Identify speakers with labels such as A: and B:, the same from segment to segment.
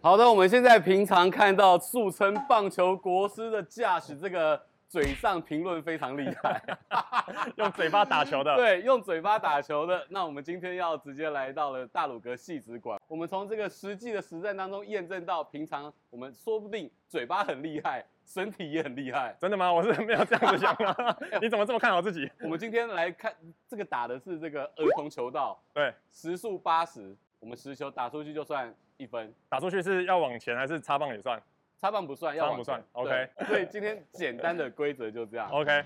A: 好的，我们现在平常看到素称棒球国师的驾驶，这个嘴上评论非常厉害，
B: 用嘴巴打球 的，
A: 对，用嘴巴打球的。那我们今天要直接来到了大鲁阁戏子馆，我们从这个实际的实战当中验证到，平常我们说不定嘴巴很厉害，身体也很厉害。
B: 真的吗？我是没有这样子想 的。你怎么这么看好自己？
A: 我们今天来看这个打的是这个儿童球道，
B: 对，
A: 时速八十，我们十球打出去就算一分，
B: 打出去是要往前还是插棒也算
A: 插棒不算，要
B: 插棒
A: 往
B: 不算
A: 前对所以今天简单的规则就这 样。
B: ？OK，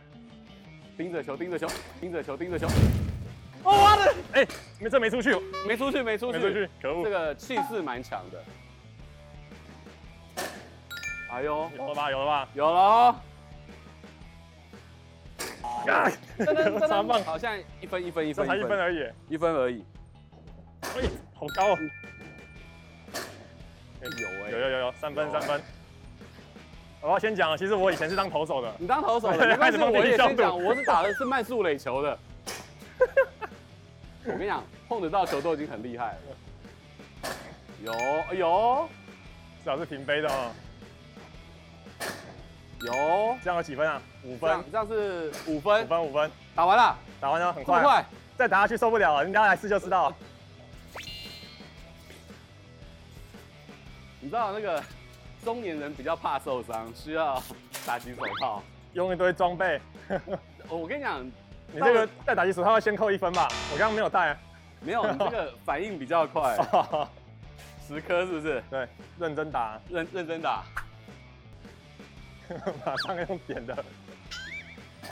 A: 盯着球，盯着球，盯着球，盯着球，
B: 哎、没这没出去，
A: 没出去，没出去，
B: 没出去，可
A: 这
B: 恶，
A: 个气势蛮强的。哎呦，
B: 有了吧，有了吧，
A: 有了哦，
B: 啊，
A: 噔噔噔
B: 插棒
A: 噔，好像一分一分一
B: 这
A: 分
B: 才一分啊而已，
A: 一分而已。
B: 哎、好高哦，
A: 嗯有哎、
B: 有有有有，三分三分。我要先讲，其实我以前是当投手的，
A: 你当投手 了，
B: 对
A: 没关系，
B: 开始帮
A: 我
B: 自
A: 也
B: 己消
A: 先讲，
B: 毒
A: 我是打的是慢速垒球 的。我跟你讲，碰得到球都已经很厉害了。有哎呦
B: 至少是平杯的哦。
A: 有，
B: 这样有几分啊？五
A: 这
B: 分，
A: 样这样是五分
B: 五，分，五分，
A: 打完了，
B: 打完了，很
A: 这么
B: 快，啊
A: 快，嗯
B: 再打下去受不了了，你等下来试就知道啊了。
A: 你知道那个 中年人比较怕受伤，需要打击手套。哦
B: 用一堆装备，
A: 我跟你讲，
B: 你这个带打击手套要先扣一分吧？我刚刚没有带、啊
A: 没 有，你这个反应比较快，十颗是不是？
B: 对，认真打，
A: 认认真打，
B: 马上用点的，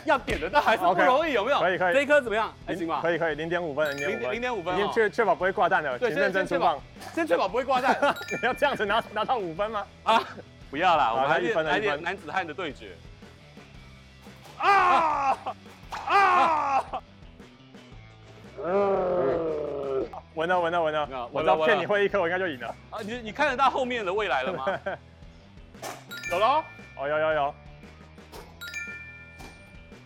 A: 要点得到还是不容易，有没有？
B: 可以可以
A: 这一颗怎么样？ 还行吧。
B: 可以可以，零点五分，零点
A: 零点五分
B: 已经
A: 哦
B: 确确保不会挂蛋了，
A: 对
B: 请认真
A: 先
B: 出
A: 确保
B: 棒。
A: 先确保不会挂蛋
B: 你要这样子拿拿到五分吗？
A: 啊！不要啦，
B: 好
A: 我们来
B: 来一
A: 点
B: 分来
A: 来
B: 一分啊
A: 点男子汉的对决。啊没有闻了
B: 闻了闻了闻了，我知道
A: 闻了
B: 骗你会一颗，我应该就赢了。
A: 啊，你你看得到后面的未来 了吗？有喽，
B: 哦有有有，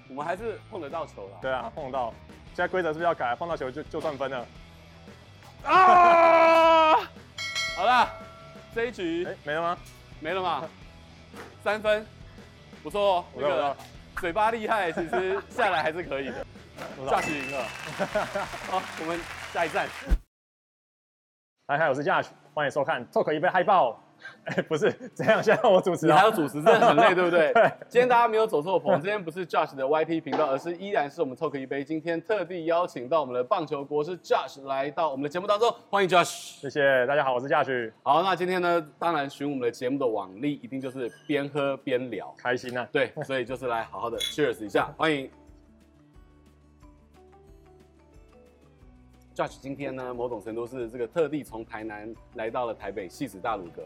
A: 我们还是碰得到球了。
B: 对啊，碰到。现在规则是不是要改？碰到球就就算分了。
A: 啊！好了，这一局
B: 哎，没了吗？
A: 没了嘛，三分，不错哦。
B: 我
A: 那
B: 知道
A: 个嘴巴厉害，其实下来还是可以 的。
B: 多
A: 下
B: 少？
A: 去赢 了。好，我们下一站。
B: 嗨嗨，我是 Josh，欢迎收看《Talk 一杯嗨爆》。 哎，不是这样，现在我主持
A: 你
B: 啊？
A: 还要主持，真的很累，对不对
B: 对
A: 今天大家没有走错棚，今天不是 Josh 的 YT 频道，而是依然是我们 Talk 一杯。今天特地邀请到我们的棒球国师 Josh 来到我们的节目当中，欢迎 Josh。
B: 谢谢大家好，我是 Josh，
A: 好，那今天呢，当然循我们的节目的往例，一定就是边喝边聊。
B: 开心啊。
A: 对，所以就是来好好的 cheers 一下，欢迎 Josh。今天呢，某种程度是这个特地从台南来到了台北戏子大鲁阁，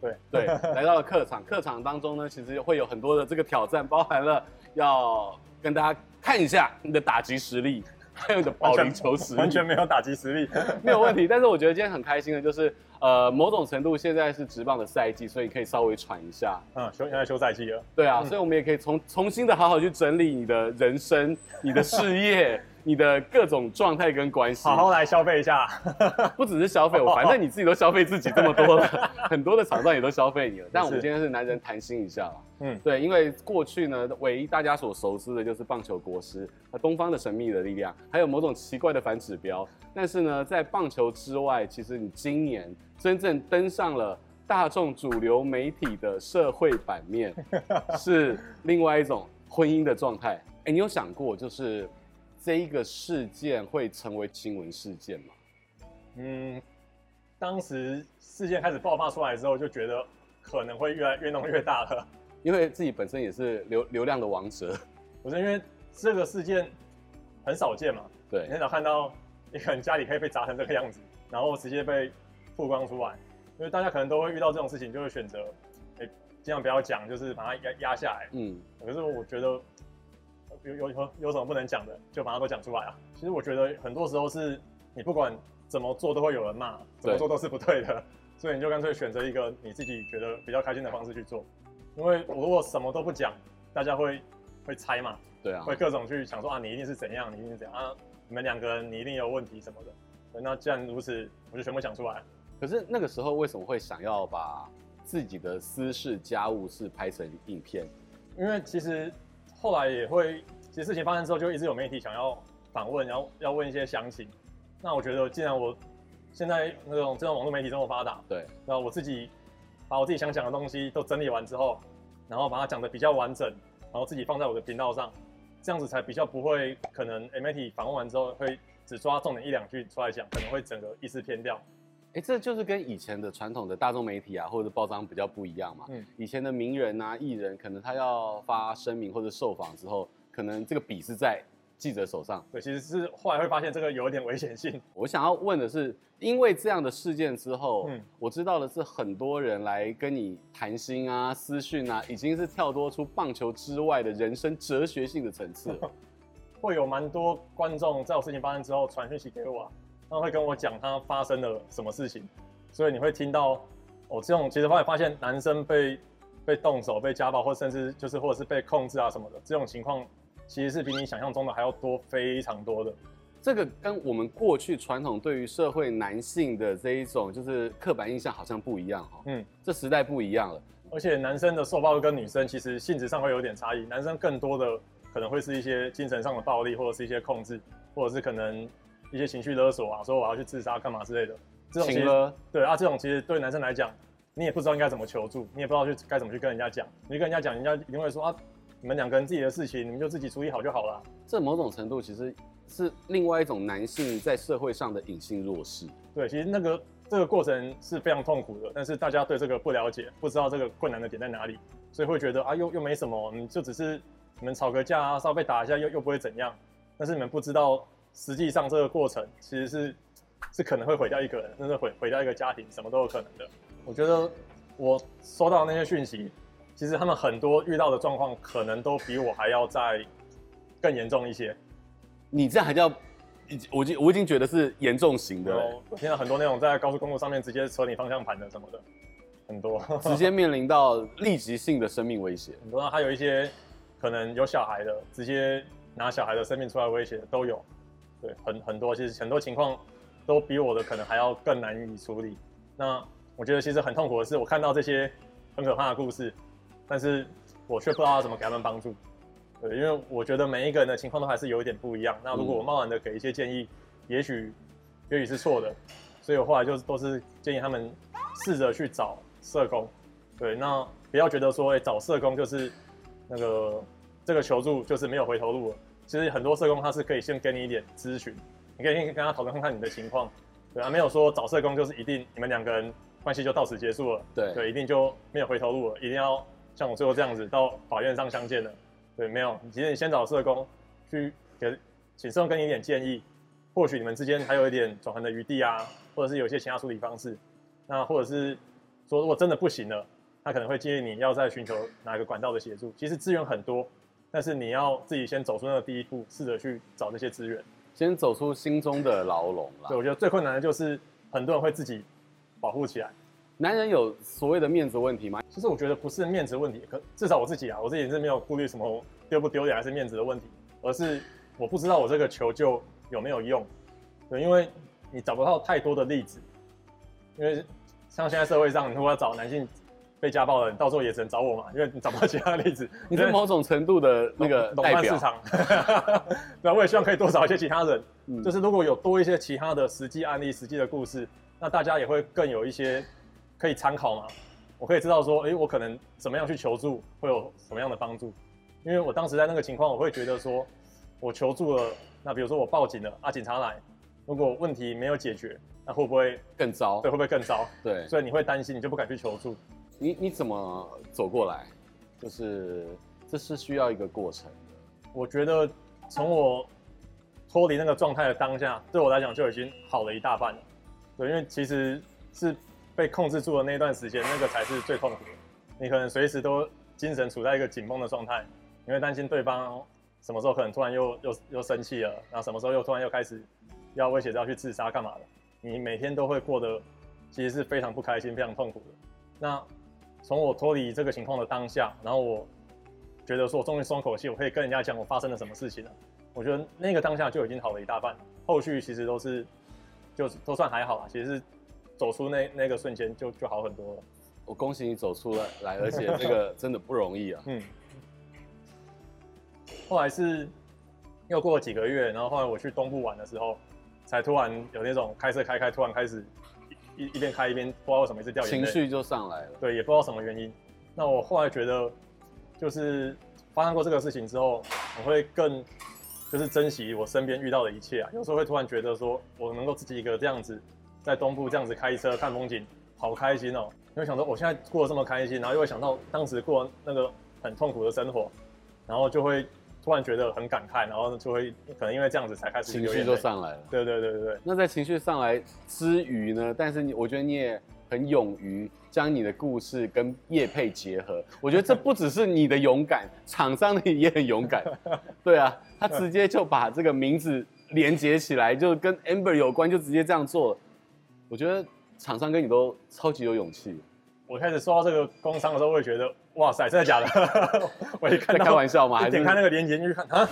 B: 对
A: 对，来到了客场。客场当中呢，其实会有很多的这个挑战，包含了要跟大家看一下你的打击实力， 还有你的保龄球实力，
B: 完全没有打击实力。
A: 没有问题。但是我觉得今天很开心的就是，呃，某种程度现在是职棒的赛季，所以可以稍微喘一下。
B: 嗯，休现在休赛季了，
A: 对啊，所以我们也可以重重新的好好去整理你的人生、你的事业、你的各种状态跟关系。
B: 好好来消费一下。
A: 不只是消费我，反正你自己都消费自己这么多了，很多的厂商也都消费你了。但我们今天是男人谈心一下啦。嗯
B: 嗯，
A: 对，因为过去呢，唯一大家所熟知的就是棒球国师，那东方的神秘的力量，还有某种奇怪的反指标。但是呢，在棒球之外，其实你今年真正登上了大众主流媒体的社会版面，是另外一种婚姻的状态。哎，你有想过就是这一个事件会成为新闻事件吗？
B: 嗯，当时事件开始爆发出来之后，就觉得可能会越来越弄越大了。
A: 因为自己本身也是流流量的王者，
B: 我是因为这个事件很少见嘛，你
A: 对
B: 很少看到一个人家里可以被砸成这个样子，然后直接被曝光出来，因为大家可能都会遇到这种事情，就会选择，哎、尽量不要讲，就是把它压压下来。
A: 嗯，
B: 可是我觉得有有有有什么不能讲的，就把它都讲出来啊。其实我觉得很多时候是你不管怎么做都会有人骂，怎么做都是不对的。所以你就干脆选择一个你自己觉得比较开心的方式去做。因为我如果什么都不讲，大家会会猜嘛，
A: 对啊，
B: 会各种去想说啊，你一定是怎样，你一定是怎样啊，你们两个人你一定有问题什么的。对那既然如此，我就全部讲出来。
A: 可是那个时候为什么会想要把自己的私事家务事拍成影片？
B: 因为其实后来也会，其实事情发生之后，就一直有媒体想要访问，然后要问一些详情。那我觉得，既然我现在那种这种网络媒体这么发达，
A: 对，
B: 然后我自己把我自己想讲的东西都整理完之后，然后把它讲的比较完整，然后自己放在我的频道上，这样子才比较不会可能媒体访问完之后会只抓重点一两句出来讲，可能会整个意思偏掉。
A: 哎，这就是跟以前的传统的大众媒体啊，或者报章比较不一样嘛。
B: 嗯
A: 以前的名人啊、艺人，可能他要发声明或者受访之后，可能这个笔是在记者手上。
B: 对，其实是后来会发现这个有一点危险性。
A: 我想要问的是，因为这样的事件之后，
B: 嗯
A: 我知道的是很多人来跟你谈心啊、私讯啊，已经是跳脱出棒球之外的人生哲学性的层次了。
B: 会有蛮多观众在我事情发生之后传讯息给我、啊，他会跟我讲他发生了什么事情，所以你会听到哦，这种其实后来发现男生被被动手、被家暴，或甚至就是或者是被控制啊什么的，这种情况其实是比你想象中的还要多非常多的。
A: 这个跟我们过去传统对于社会男性的这一种就是刻板印象好像不一样哦。
B: 嗯，
A: 这时代不一样了。
B: 而且男生的受暴跟女生其实性质上会有点差异，男生更多的可能会是一些精神上的暴力，或者是一些控制，或者是可能一些情绪勒索啊，说我要去自杀干嘛之类的。这种其
A: 情
B: 实
A: 了，
B: 对啊，这种其实对男生来讲，你也不知道应该怎么求助，你也不知道去该怎么去跟人家讲。你跟人家讲，人家一定会说啊，你们两个人自己的事情，你们就自己处理好就好了。
A: 这某种程度其实是另外一种男性在社会上的隐性弱势。
B: 对，其实那个这个过程是非常痛苦的，但是大家对这个不了解，不知道这个困难的点在哪里，所以会觉得啊，又又没什么，你就只是你们吵个架啊，稍微打一下又又不会怎样。但是你们不知道，实际上这个过程其实是是可能会毁掉一个人，甚至毁毁掉一个家庭，什么都有可能的。我觉得我收到那些讯息，其实他们很多遇到的状况，可能都比我还要再更严重一些。
A: 你这样还叫，已经我已经我已经觉得是严重型的
B: 然
A: 了，
B: 后我听到很多那种在高速公路上面直接扯你方向盘的什么的，很多。
A: 直接面临到立即性的生命威胁。
B: 很多人还有一些可能有小孩的，直接拿小孩的生命出来威胁的都有，对，很很多，其实很多情况都比我的可能还要更难以处理。那我觉得其实很痛苦的是，我看到这些很可怕的故事，但是我却不知道要怎么给他们帮助。对，因为我觉得每一个人的情况都还是有一点不一样。那如果我贸然的给一些建议，也许也许是错的，所以我后来就是都是建议他们试着去找社工。对，那不要觉得说，哎、找社工就是那个这个求助就是没有回头路了。其实很多社工他是可以先给你一点咨询，你可以先跟他讨论看看你的情况，对啊，没有说找社工就是一定你们两个人关系就到此结束了，
A: 对
B: 对，一定就没有回头路了，一定要像我最后这样子到法院上相见了，对，没有，其实你先找社工去给，请社工给你一点建议，或许你们之间还有一点转换的余地啊，或者是有一些其他处理方式，那或者是说如果真的不行了，他可能会建议你要再寻求哪个管道的协助。其实资源很多，但是你要自己先走出那个第一步，试着去找这些资源。
A: 先走出心中的牢笼
B: 对，
A: 啦。
B: 我觉得最困难的就是很多人会自己保护起来。
A: 男人有所谓的面子问题吗？
B: 其实我觉得不是面子问题，可至少我自己啊，我自己是没有顾虑什么丢不丢脸还是面子的问题，而是我不知道我这个求救有没有用。对，因为你找不到太多的例子，因为像现在社会上，你如果要找男性被家暴的人，到时候也只能找我嘛，因为你找不到其他例子。
A: 你是
B: 对
A: 某种程度的那个
B: 垄
A: 代
B: 断市
A: 表，
B: 场， 对，啊我也希望可以多找一些其他人，
A: 嗯
B: 就是如果有多一些其他的实际案例、实际的故事，那大家也会更有一些可以参考嘛。我可以知道说，诶，我可能怎么样去求助会有什么样的帮助，因为我当时在那个情况，我会觉得说，我求助了，那比如说我报警了啊，警察来，如果问题没有解决，那会不会
A: 更糟
B: 对。会不会更糟？
A: 对，
B: 所以你会担心，你就不敢去求助。
A: 你你怎么走过来？就是这是需要一个过程的。
B: 我觉得从我脱离那个状态的当下，对我来讲就已经好了一大半了。对，因为其实是被控制住的那段时间，那个才是最痛苦的。你可能随时都精神处在一个紧绷的状态，你会担心对方什么时候可能突然又又又生气了，然后什么时候又突然又开始要威胁着要去自杀干嘛的。你每天都会过得其实是非常不开心、非常痛苦的。那从我脱离这个情况的当下，然后我觉得说我终于松口气，我可以跟人家讲我发生了什么事情了。我觉得那个当下就已经好了一大半，后续其实都是就都算还好啦，其实是走出那那个瞬间就就好很多了。
A: 我恭喜你走出了来，而且这个真的不容易啊。
B: 嗯。后来是又过了几个月，然后后来我去东部玩的时候，才突然有那种开车开开，突然开始一一边开一边不知道为什么一直 掉眼
A: 情
B: 泪，
A: 绪就上来了。
B: 对，也不知道什么原因。那我后来觉得，就是发生过这个事情之后，我会更就是珍惜我身边遇到的一切啊。有时候会突然觉得说，我能够自己一个这样子在东部这样子开车看风景，好开心哦。你会想说，我现在过得这么开心，然后又会想到当时过那个很痛苦的生活，然后就会突然觉得很感慨，然后就会可能因为这样子才开始
A: 情
B: 流
A: 绪
B: 眼
A: 就
B: 泪。
A: 上来了。
B: 对对对对对，
A: 那在情绪上来之余呢，但是你，我觉得你也很勇于将你的故事跟业配结合。 我觉得这不只是你的勇敢，厂商的也很勇敢。 对啊，他直接就把这个名字连接起来，就跟 Amber 有关，就直接这样做了。我觉得厂商跟你都超级有勇 气，
B: 我开始收到这个工伤的时候，我也觉得哇塞，真的假的？ 我一看
A: 在
B: 到
A: 开玩笑吗？
B: 一
A: 还是
B: 点开那个连接进去看啊，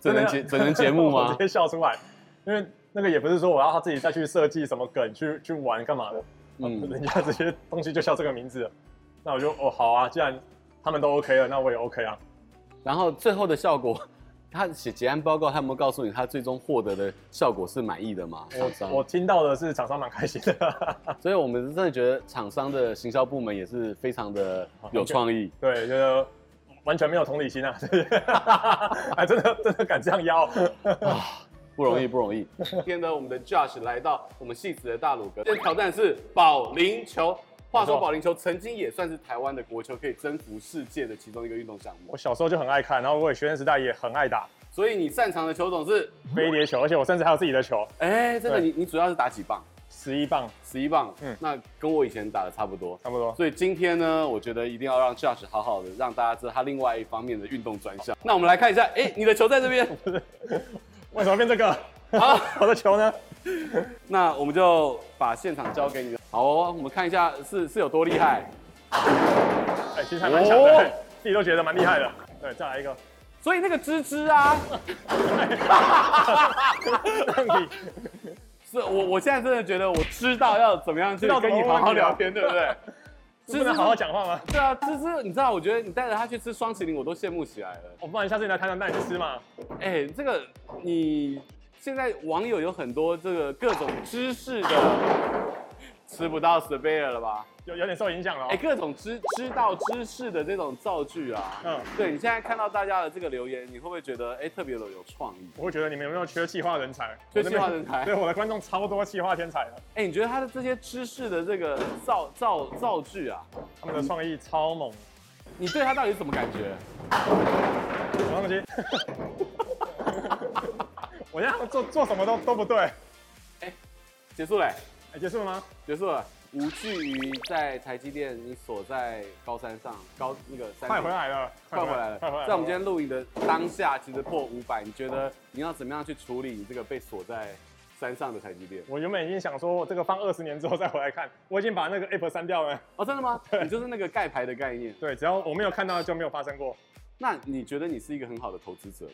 A: 整人
B: 真
A: 节
B: 的
A: 整人节目
B: 我直
A: 吗？
B: 接笑出来，因为那个也不是说我要他自己再去设计什么梗去去玩干嘛的，
A: 嗯
B: 人家直接东西就叫这个名字了，那我就哦好啊，既然他们都 OK 了，那我也 OK 啊，
A: 然后最后的效果，他写结案报告，他有没有告诉你他最终获得的效果是满意的吗？厂商
B: 我我听到的是厂商蛮开心的，
A: 所以我们真的觉得厂商的行销部门也是非常的有创意。
B: 对，觉得完全没有同理心啊， 啊真的真的敢这样邀，
A: 不容易，不容易。 今天呢，我们的 Josh 来到我们戏子的大鲁阁，这挑战是保龄球。话说
B: 没错
A: 保龄球曾经也算是台湾的国球，可以征服世界的其中一个运动项目
B: 我。小时候就很爱看，然后我也学生时代也很爱打
A: 所以你擅长的球种是，
B: 飞碟球，而且我甚至还有自己的球，
A: 哎、这个
B: 对
A: 你你主要是打几磅？
B: 十一磅
A: 十一磅。嗯
B: 嗯，
A: 那跟我以前打的差不多。
B: 差不多。
A: 所以今天呢，我觉得一定要让 Josh 好好的让大家知道他另外一方面的运动专项。那我们来看一下，哎、你的球在这边。
B: 为什么变这个？
A: 好。
B: 我的球呢？
A: 那我们就把现场交给你。好哦，我们看一下是是有多厉害。
B: 哎、其实还蛮强的、
A: 哦
B: 哎自己都觉得蛮厉害的。对，再来一个。
A: 所以那个芝芝啊，
B: 让你
A: 是我我现在真的觉得我知道要怎么样去
B: 知道怎
A: 跟
B: 么
A: 你好好
B: 问问题
A: 聊
B: 啊
A: 天，对不 对？
B: 不能好好讲话吗？
A: 对啊，芝芝，你知道，我觉得你带着他去吃双麒麟，我都羡慕起来了。
B: 我不然下次你来台南带你去吃嘛。
A: 哎，这个你现在网友有很多这个各种知识的，吃不到 s p a r 了吧？
B: 有有点受影响了、哦
A: 哎，各种知知道知识的这种造句啊。
B: 嗯，
A: 对你现在看到大家的这个留言，你会不会觉得哎特别的有创意？
B: 我会觉得你们有没有缺气化人才？
A: 缺企划人才
B: 我这边对，我的观众超多气化天才啊的，
A: 哎、你觉得他的这些知识的这个造造造句啊，
B: 他们的创意超猛。
A: 你对他到底是什么感觉？
B: 什 么东西？我让他们做做什么都都不对。哎、
A: 结束嘞、
B: 结束了吗？
A: 结束了。吴惧于在台积电，你所在高山上高那个山，
B: 快回，来了，
A: 快回来了。
B: 快回来了！
A: 在我们今天录影的当下，其实破五百，你觉得你要怎么样去处理你这个被锁在山上的台积电？
B: 我原本已经想说，我这个放二十年之后再回来看，我已经把那个 app 删掉了。
A: 哦，真的吗？你就是那个盖牌的概念。
B: 对，只要我没有看到就没有发生过。
A: 那你觉得你是一个很好的投资者吗？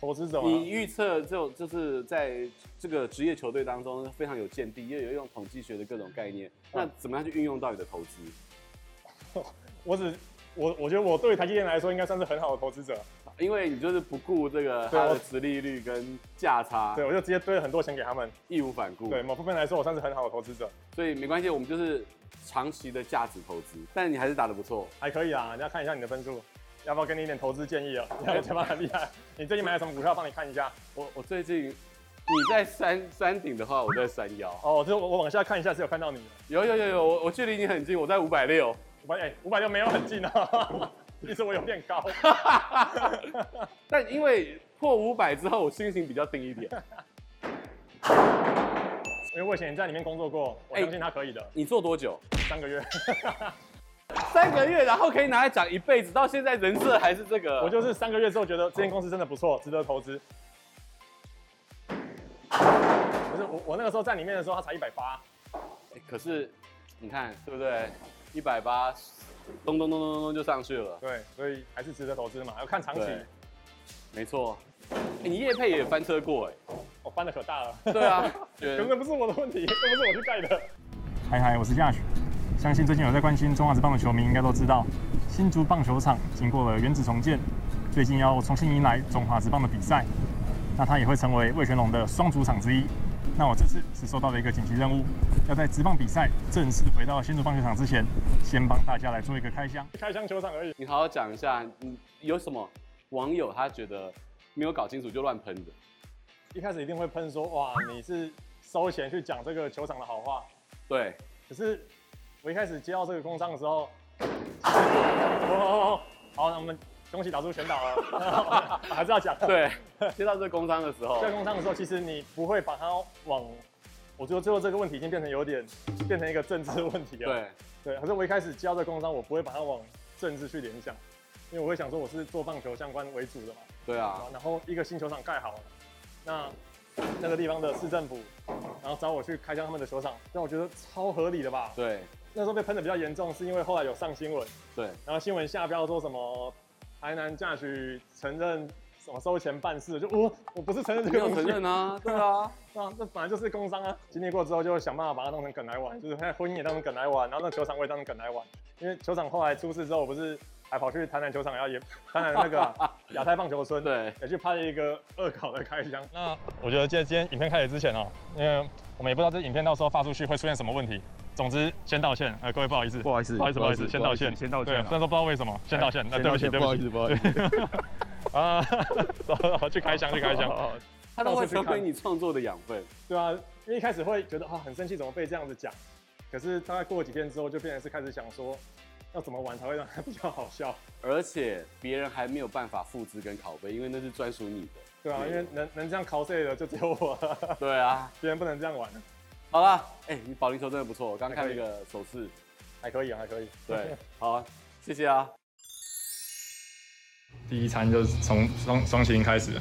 B: 投资者嘛，
A: 你预测就就是在这个职业球队当中非常有见地，又有一种统计学的各种概念，
B: 嗯
A: 那怎么样去运用到你的投资？
B: 我只我我觉得我对于台积电来说应该算是很好的投资者，
A: 因为你就是不顾这个它的殖利率跟价差
B: 对，我就直接堆了很多钱给他们。
A: 义无反顾，
B: 对，某部分来说，我算是很好的投资者，
A: 所以没关系，我们就是长期的价值投资。但你还是打得不错，
B: 还可以啊。你要看一下你的分数，要不要给你一点投资建议啊？ 你要怎么很厉害？你最近买了什么股票？帮你看一下。
A: 我我最近你在山山顶的话，我在山腰，
B: 哦，就是我我往下看一下是有看到你的。
A: 有有有有，我我距离你很近，我在五百六。
B: 五百哎，五百六没有很近啊，其实我有点高。
A: 但因为破五百之后，我心情比较定一点。
B: 因为我以前在里面工作过，我相信他可以的。
A: 你做多久？
B: 三个月，
A: 三个月，然后可以拿来讲一辈子，到现在人设还是这个。
B: 我就是三个月之后觉得这间公司真的不错，值得投资。不是我我那个时候在里面的时候，他才一百八，
A: 诶可是你看对不对？一百八，咚咚咚咚咚就上去了。
B: 对，所以还是值得投资嘛，要看长期。
A: 对没错，诶你叶配也翻车过哎、
B: 我翻的可大了。，
A: 对啊觉得
B: 根本不是我的问题，这不是我去盖的。嗨嗨，我是夏雪。相信最近有在关心中华职棒的球迷应该都知道，新竹棒球场经过了原址重建，最近要重新迎来中华职棒的比赛，那它也会成为魏全龙的双主场之一。那我这次是收到了一个紧急任务，要在职棒比赛正式回到新竹棒球场之前，先帮大家来做一个开箱。开箱球场而已。
A: 你好好讲一下，你有什么网友他觉得没有搞清楚就乱喷的？
B: 一开始一定会喷说，哇，你是收钱去讲这个球场的好话，
A: 对，
B: 可是我一开始接到这个工伤的时候，哦，好，那我们恭喜打出全打了， 还是要讲。，
A: 对，接到这工伤的时候
B: 在，工伤的时候，其实你不会把它往，我觉得最后这个问题已经变成有点变成一个政治问题了。
A: 对，
B: 对，可是我一开始接到这个工伤，我不会把它往政治去联想，因为我会想说我是做棒球相关为主的嘛。
A: 对啊，
B: 然后一个新球场盖好了，那那个地方的市政府，然后找我去开箱他们的球场，让我觉得超合理的吧。
A: 对
B: 那时候被喷的比较严重，是因为后来有上新闻，
A: 对，
B: 然后新闻下标说什么台南嫁娶承认什么收钱办事，就我我不是承认这
A: 没
B: 个
A: 有
B: 东西，
A: 承认啊，对啊，
B: 啊，这本来就是工伤啊。经历过之后，就想办法把它当成梗来玩，就是婚姻也当成梗来玩，然后那球场我也当成梗来玩。因为球场后来出事之后，我不是还跑去台南球场，然后也台南那个 啊亚、太棒球村，
A: 对
B: 也去拍了一个恶搞的开箱。那我觉得在今天影片开始之前哦，因为我们也不知道这影片到时候发出去会出现什么问题。总之，先道歉，呃，各位不好意思，
C: 不好意思
B: 不好意思，不好意思，先道歉，
C: 先道
B: 对，
C: 歉
B: 虽
C: 啊。
B: 然说不知道为什么，先道歉，那对
C: 先道
B: 不起，
C: 歉
B: 对
C: 不好
B: 不
C: 意
B: 起
C: 思，不好意思。
B: 啊，走走，去开箱，去开箱。
A: 他都会
B: 到处去
A: 成
B: 看
A: 为你创作的养分。
B: 对啊，因为一开始会觉得啊很生气，怎么被这样子讲？可是大概过几天之后，就变成是开始想说，要怎么玩才会让它比较好笑？
A: 而且别人还没有办法复制跟拷贝，因为那是专属你的。
B: 对啊，因为能能这样 cos 的就只有我了，
A: 对啊，
B: 别人不能这样玩，
A: 好啦，哎、你保龄球真的不错，我刚看那个手势，
B: 还可以啊，还可以。
A: 对，好、啊，谢谢啊。
B: 第一餐就是从双双麒麟开始，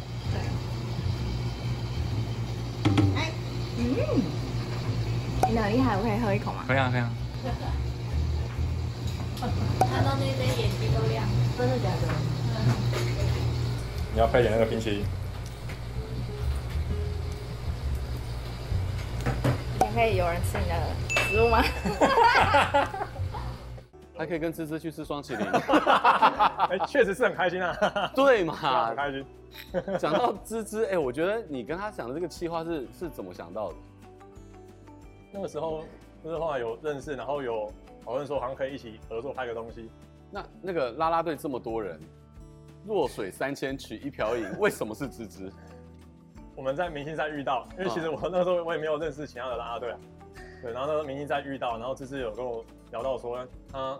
D: 你很厉害，我可以喝一口吗？
B: 可以啊，可以啊。
E: 看到那些眼睛都亮。真的假的？
B: 嗯你要配点那个冰淇淋，
D: 也可以有人吃你的食物吗？
A: 还可以跟芝芝去吃双麒麟，
B: 哎、确实是很开心 啊，
A: 对
B: 很
A: 嘛？
B: 开心。
A: 讲到芝芝，哎、我觉得你跟他讲的这个计划是是怎么想到的？
B: 那个时候就是后来有认识，然后有讨论说好像可以一起合作拍个东西，
A: 那那个啦啦队这么多人，弱水三千取一瓢饮，为什么是芝芝？
B: 我们在明星赛遇到，因为其实我那时候我也没有认识其他的啦啦队啊，对，然后那时候明星赛遇到，然后芝芝有跟我聊到说他，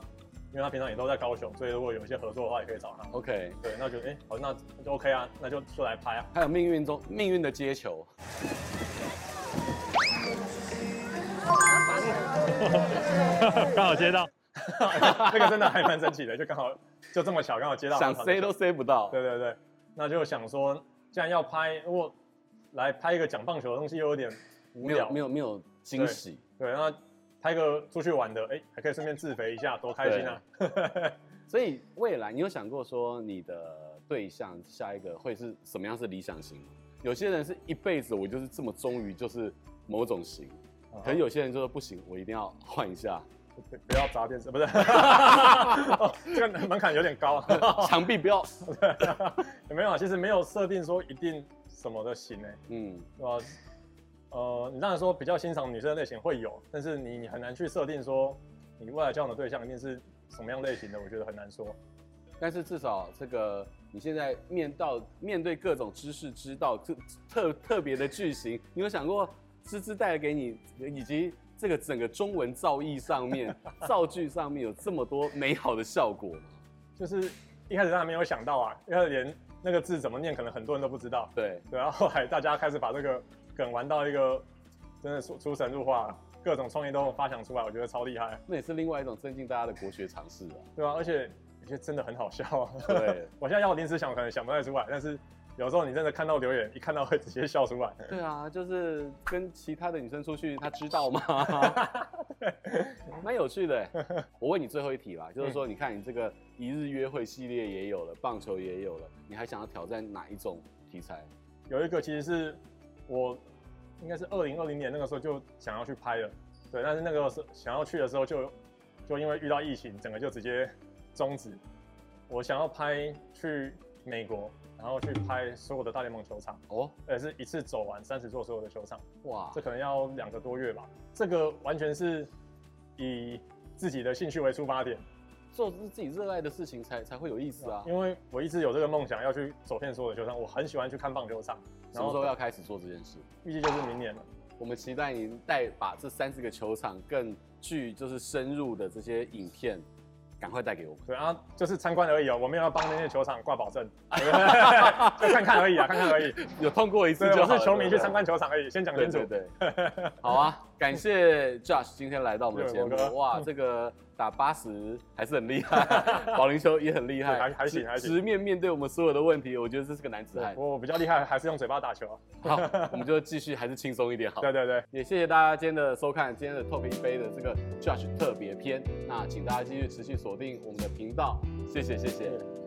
B: 因为他平常也都在高雄，所以如果有一些合作的话也可以找他，
A: OK，
B: 对，那就哎、好那那就 OK 啊，那就就来拍啊，
A: 还有命运中命运的接球，
B: 刚好接到，那个真的还蛮神奇的，就刚好就这么巧刚好接到，
A: 想塞都塞不到。
B: 对对对，那就想说既然要拍，如果来拍一个讲棒球的东西又有点无
A: 没
B: 聊
A: 有，没有没有惊喜，
B: 对，那拍个出去玩的，哎、还可以顺便自肥一下，多开心啊！
A: 所以未来你有想过说你的对象下一个会是什么样是理想型吗？有些人是一辈子我就是这么忠于就是某种型，可是有些人就说不行，我一定要 换一下，
B: 不哦不要砸电视，不是，哦这个门槛有点高、 啊。
A: 墙壁不要，
B: 有没有啊？其实没有设定说一定什么的型诶、欸
A: 嗯，
B: 对吧？呃，你当然说比较欣赏女生的类型会有，但是你你很难去设定说你未来交往的对象一定是什么样类型的，我觉得很难说。
A: 但是至少这个你现在面到面对各种知识之道，特特特别的句型，你有想过芝芝带给你，以及这个整个中文造诣上面、 造句上面有这么多美好的效果吗？
B: 就是一开始大家没有想到啊，一开始连那个字怎么念，可能很多人都不知道。
A: 对，
B: 对，然后后来大家开始把这个梗玩到一个真的出出神入化了，各种创意都发想出来，我觉得超厉害，
A: 那也是另外一种增进大家的国学常 识啊。
B: 对吧、而且而且真的很好笑啊。
A: 对，
B: 我现在要临时想，可能想不太出来，但是有时候你真的看到留言，一看到会直接笑出来。
A: 对啊，就是跟其他的女生出去，她知 道吗？蛮有趣的 欸。我问你最后一题啦，就是
B: 嗯
A: 说，你看你这个一日约会系列也有了，棒球也有了，你还想要挑战哪一种题材？
B: 有一个其实是我应该是二零二零年那个时候就想要去拍的，对，但是那个时候想要去的时候就就因为遇到疫情，整个就直接终止。我想要拍去美国，然后去拍所有的大联盟球场，
A: 哦，
B: 而且是一次走完三十座所有的球场，
A: 哇
B: 这，可能要两个多月吧。这个完全是以自己的兴趣为出发点，
A: 做自己热爱的事情才才会有意思啊。
B: 因为我一直有这个梦想要去走遍所有的球场，我很喜欢去看棒球场。
A: 什么时候要开始做这件事？
B: 预计就是明年了。
A: 我们期待您带把这三十个球场更具就是深入的这些影片，赶快带给我们。
B: 对啊，就是参观而已哦，我们要帮那些球场挂 保证， 就看看而已啊，看看而已。
A: 有通过一次
B: 所以
A: 就
B: 我
A: 好了
B: 是球迷去
A: 对不对
B: 参观球场而已，先讲
A: 对
B: 清楚
A: 对。对， 好啊！感谢 Josh 今天来到我们的节目
B: 对我，哥
A: 哇，这个打八十还是很厉害， 保龄球也很厉害，
B: 对还还行
A: 直
B: 还行
A: 直面面对我们所有的问题，我觉得这是个男子汉。
B: 我比较厉害，还是用嘴巴打球啊。
A: 好，我们就继续还是轻松一点好。
B: 对对对，
A: 也谢谢大家今天的收看，今天的 Top 一杯的这个 Josh 特别篇，那请大家继续持续锁定我们的频道，谢谢谢谢。
B: 对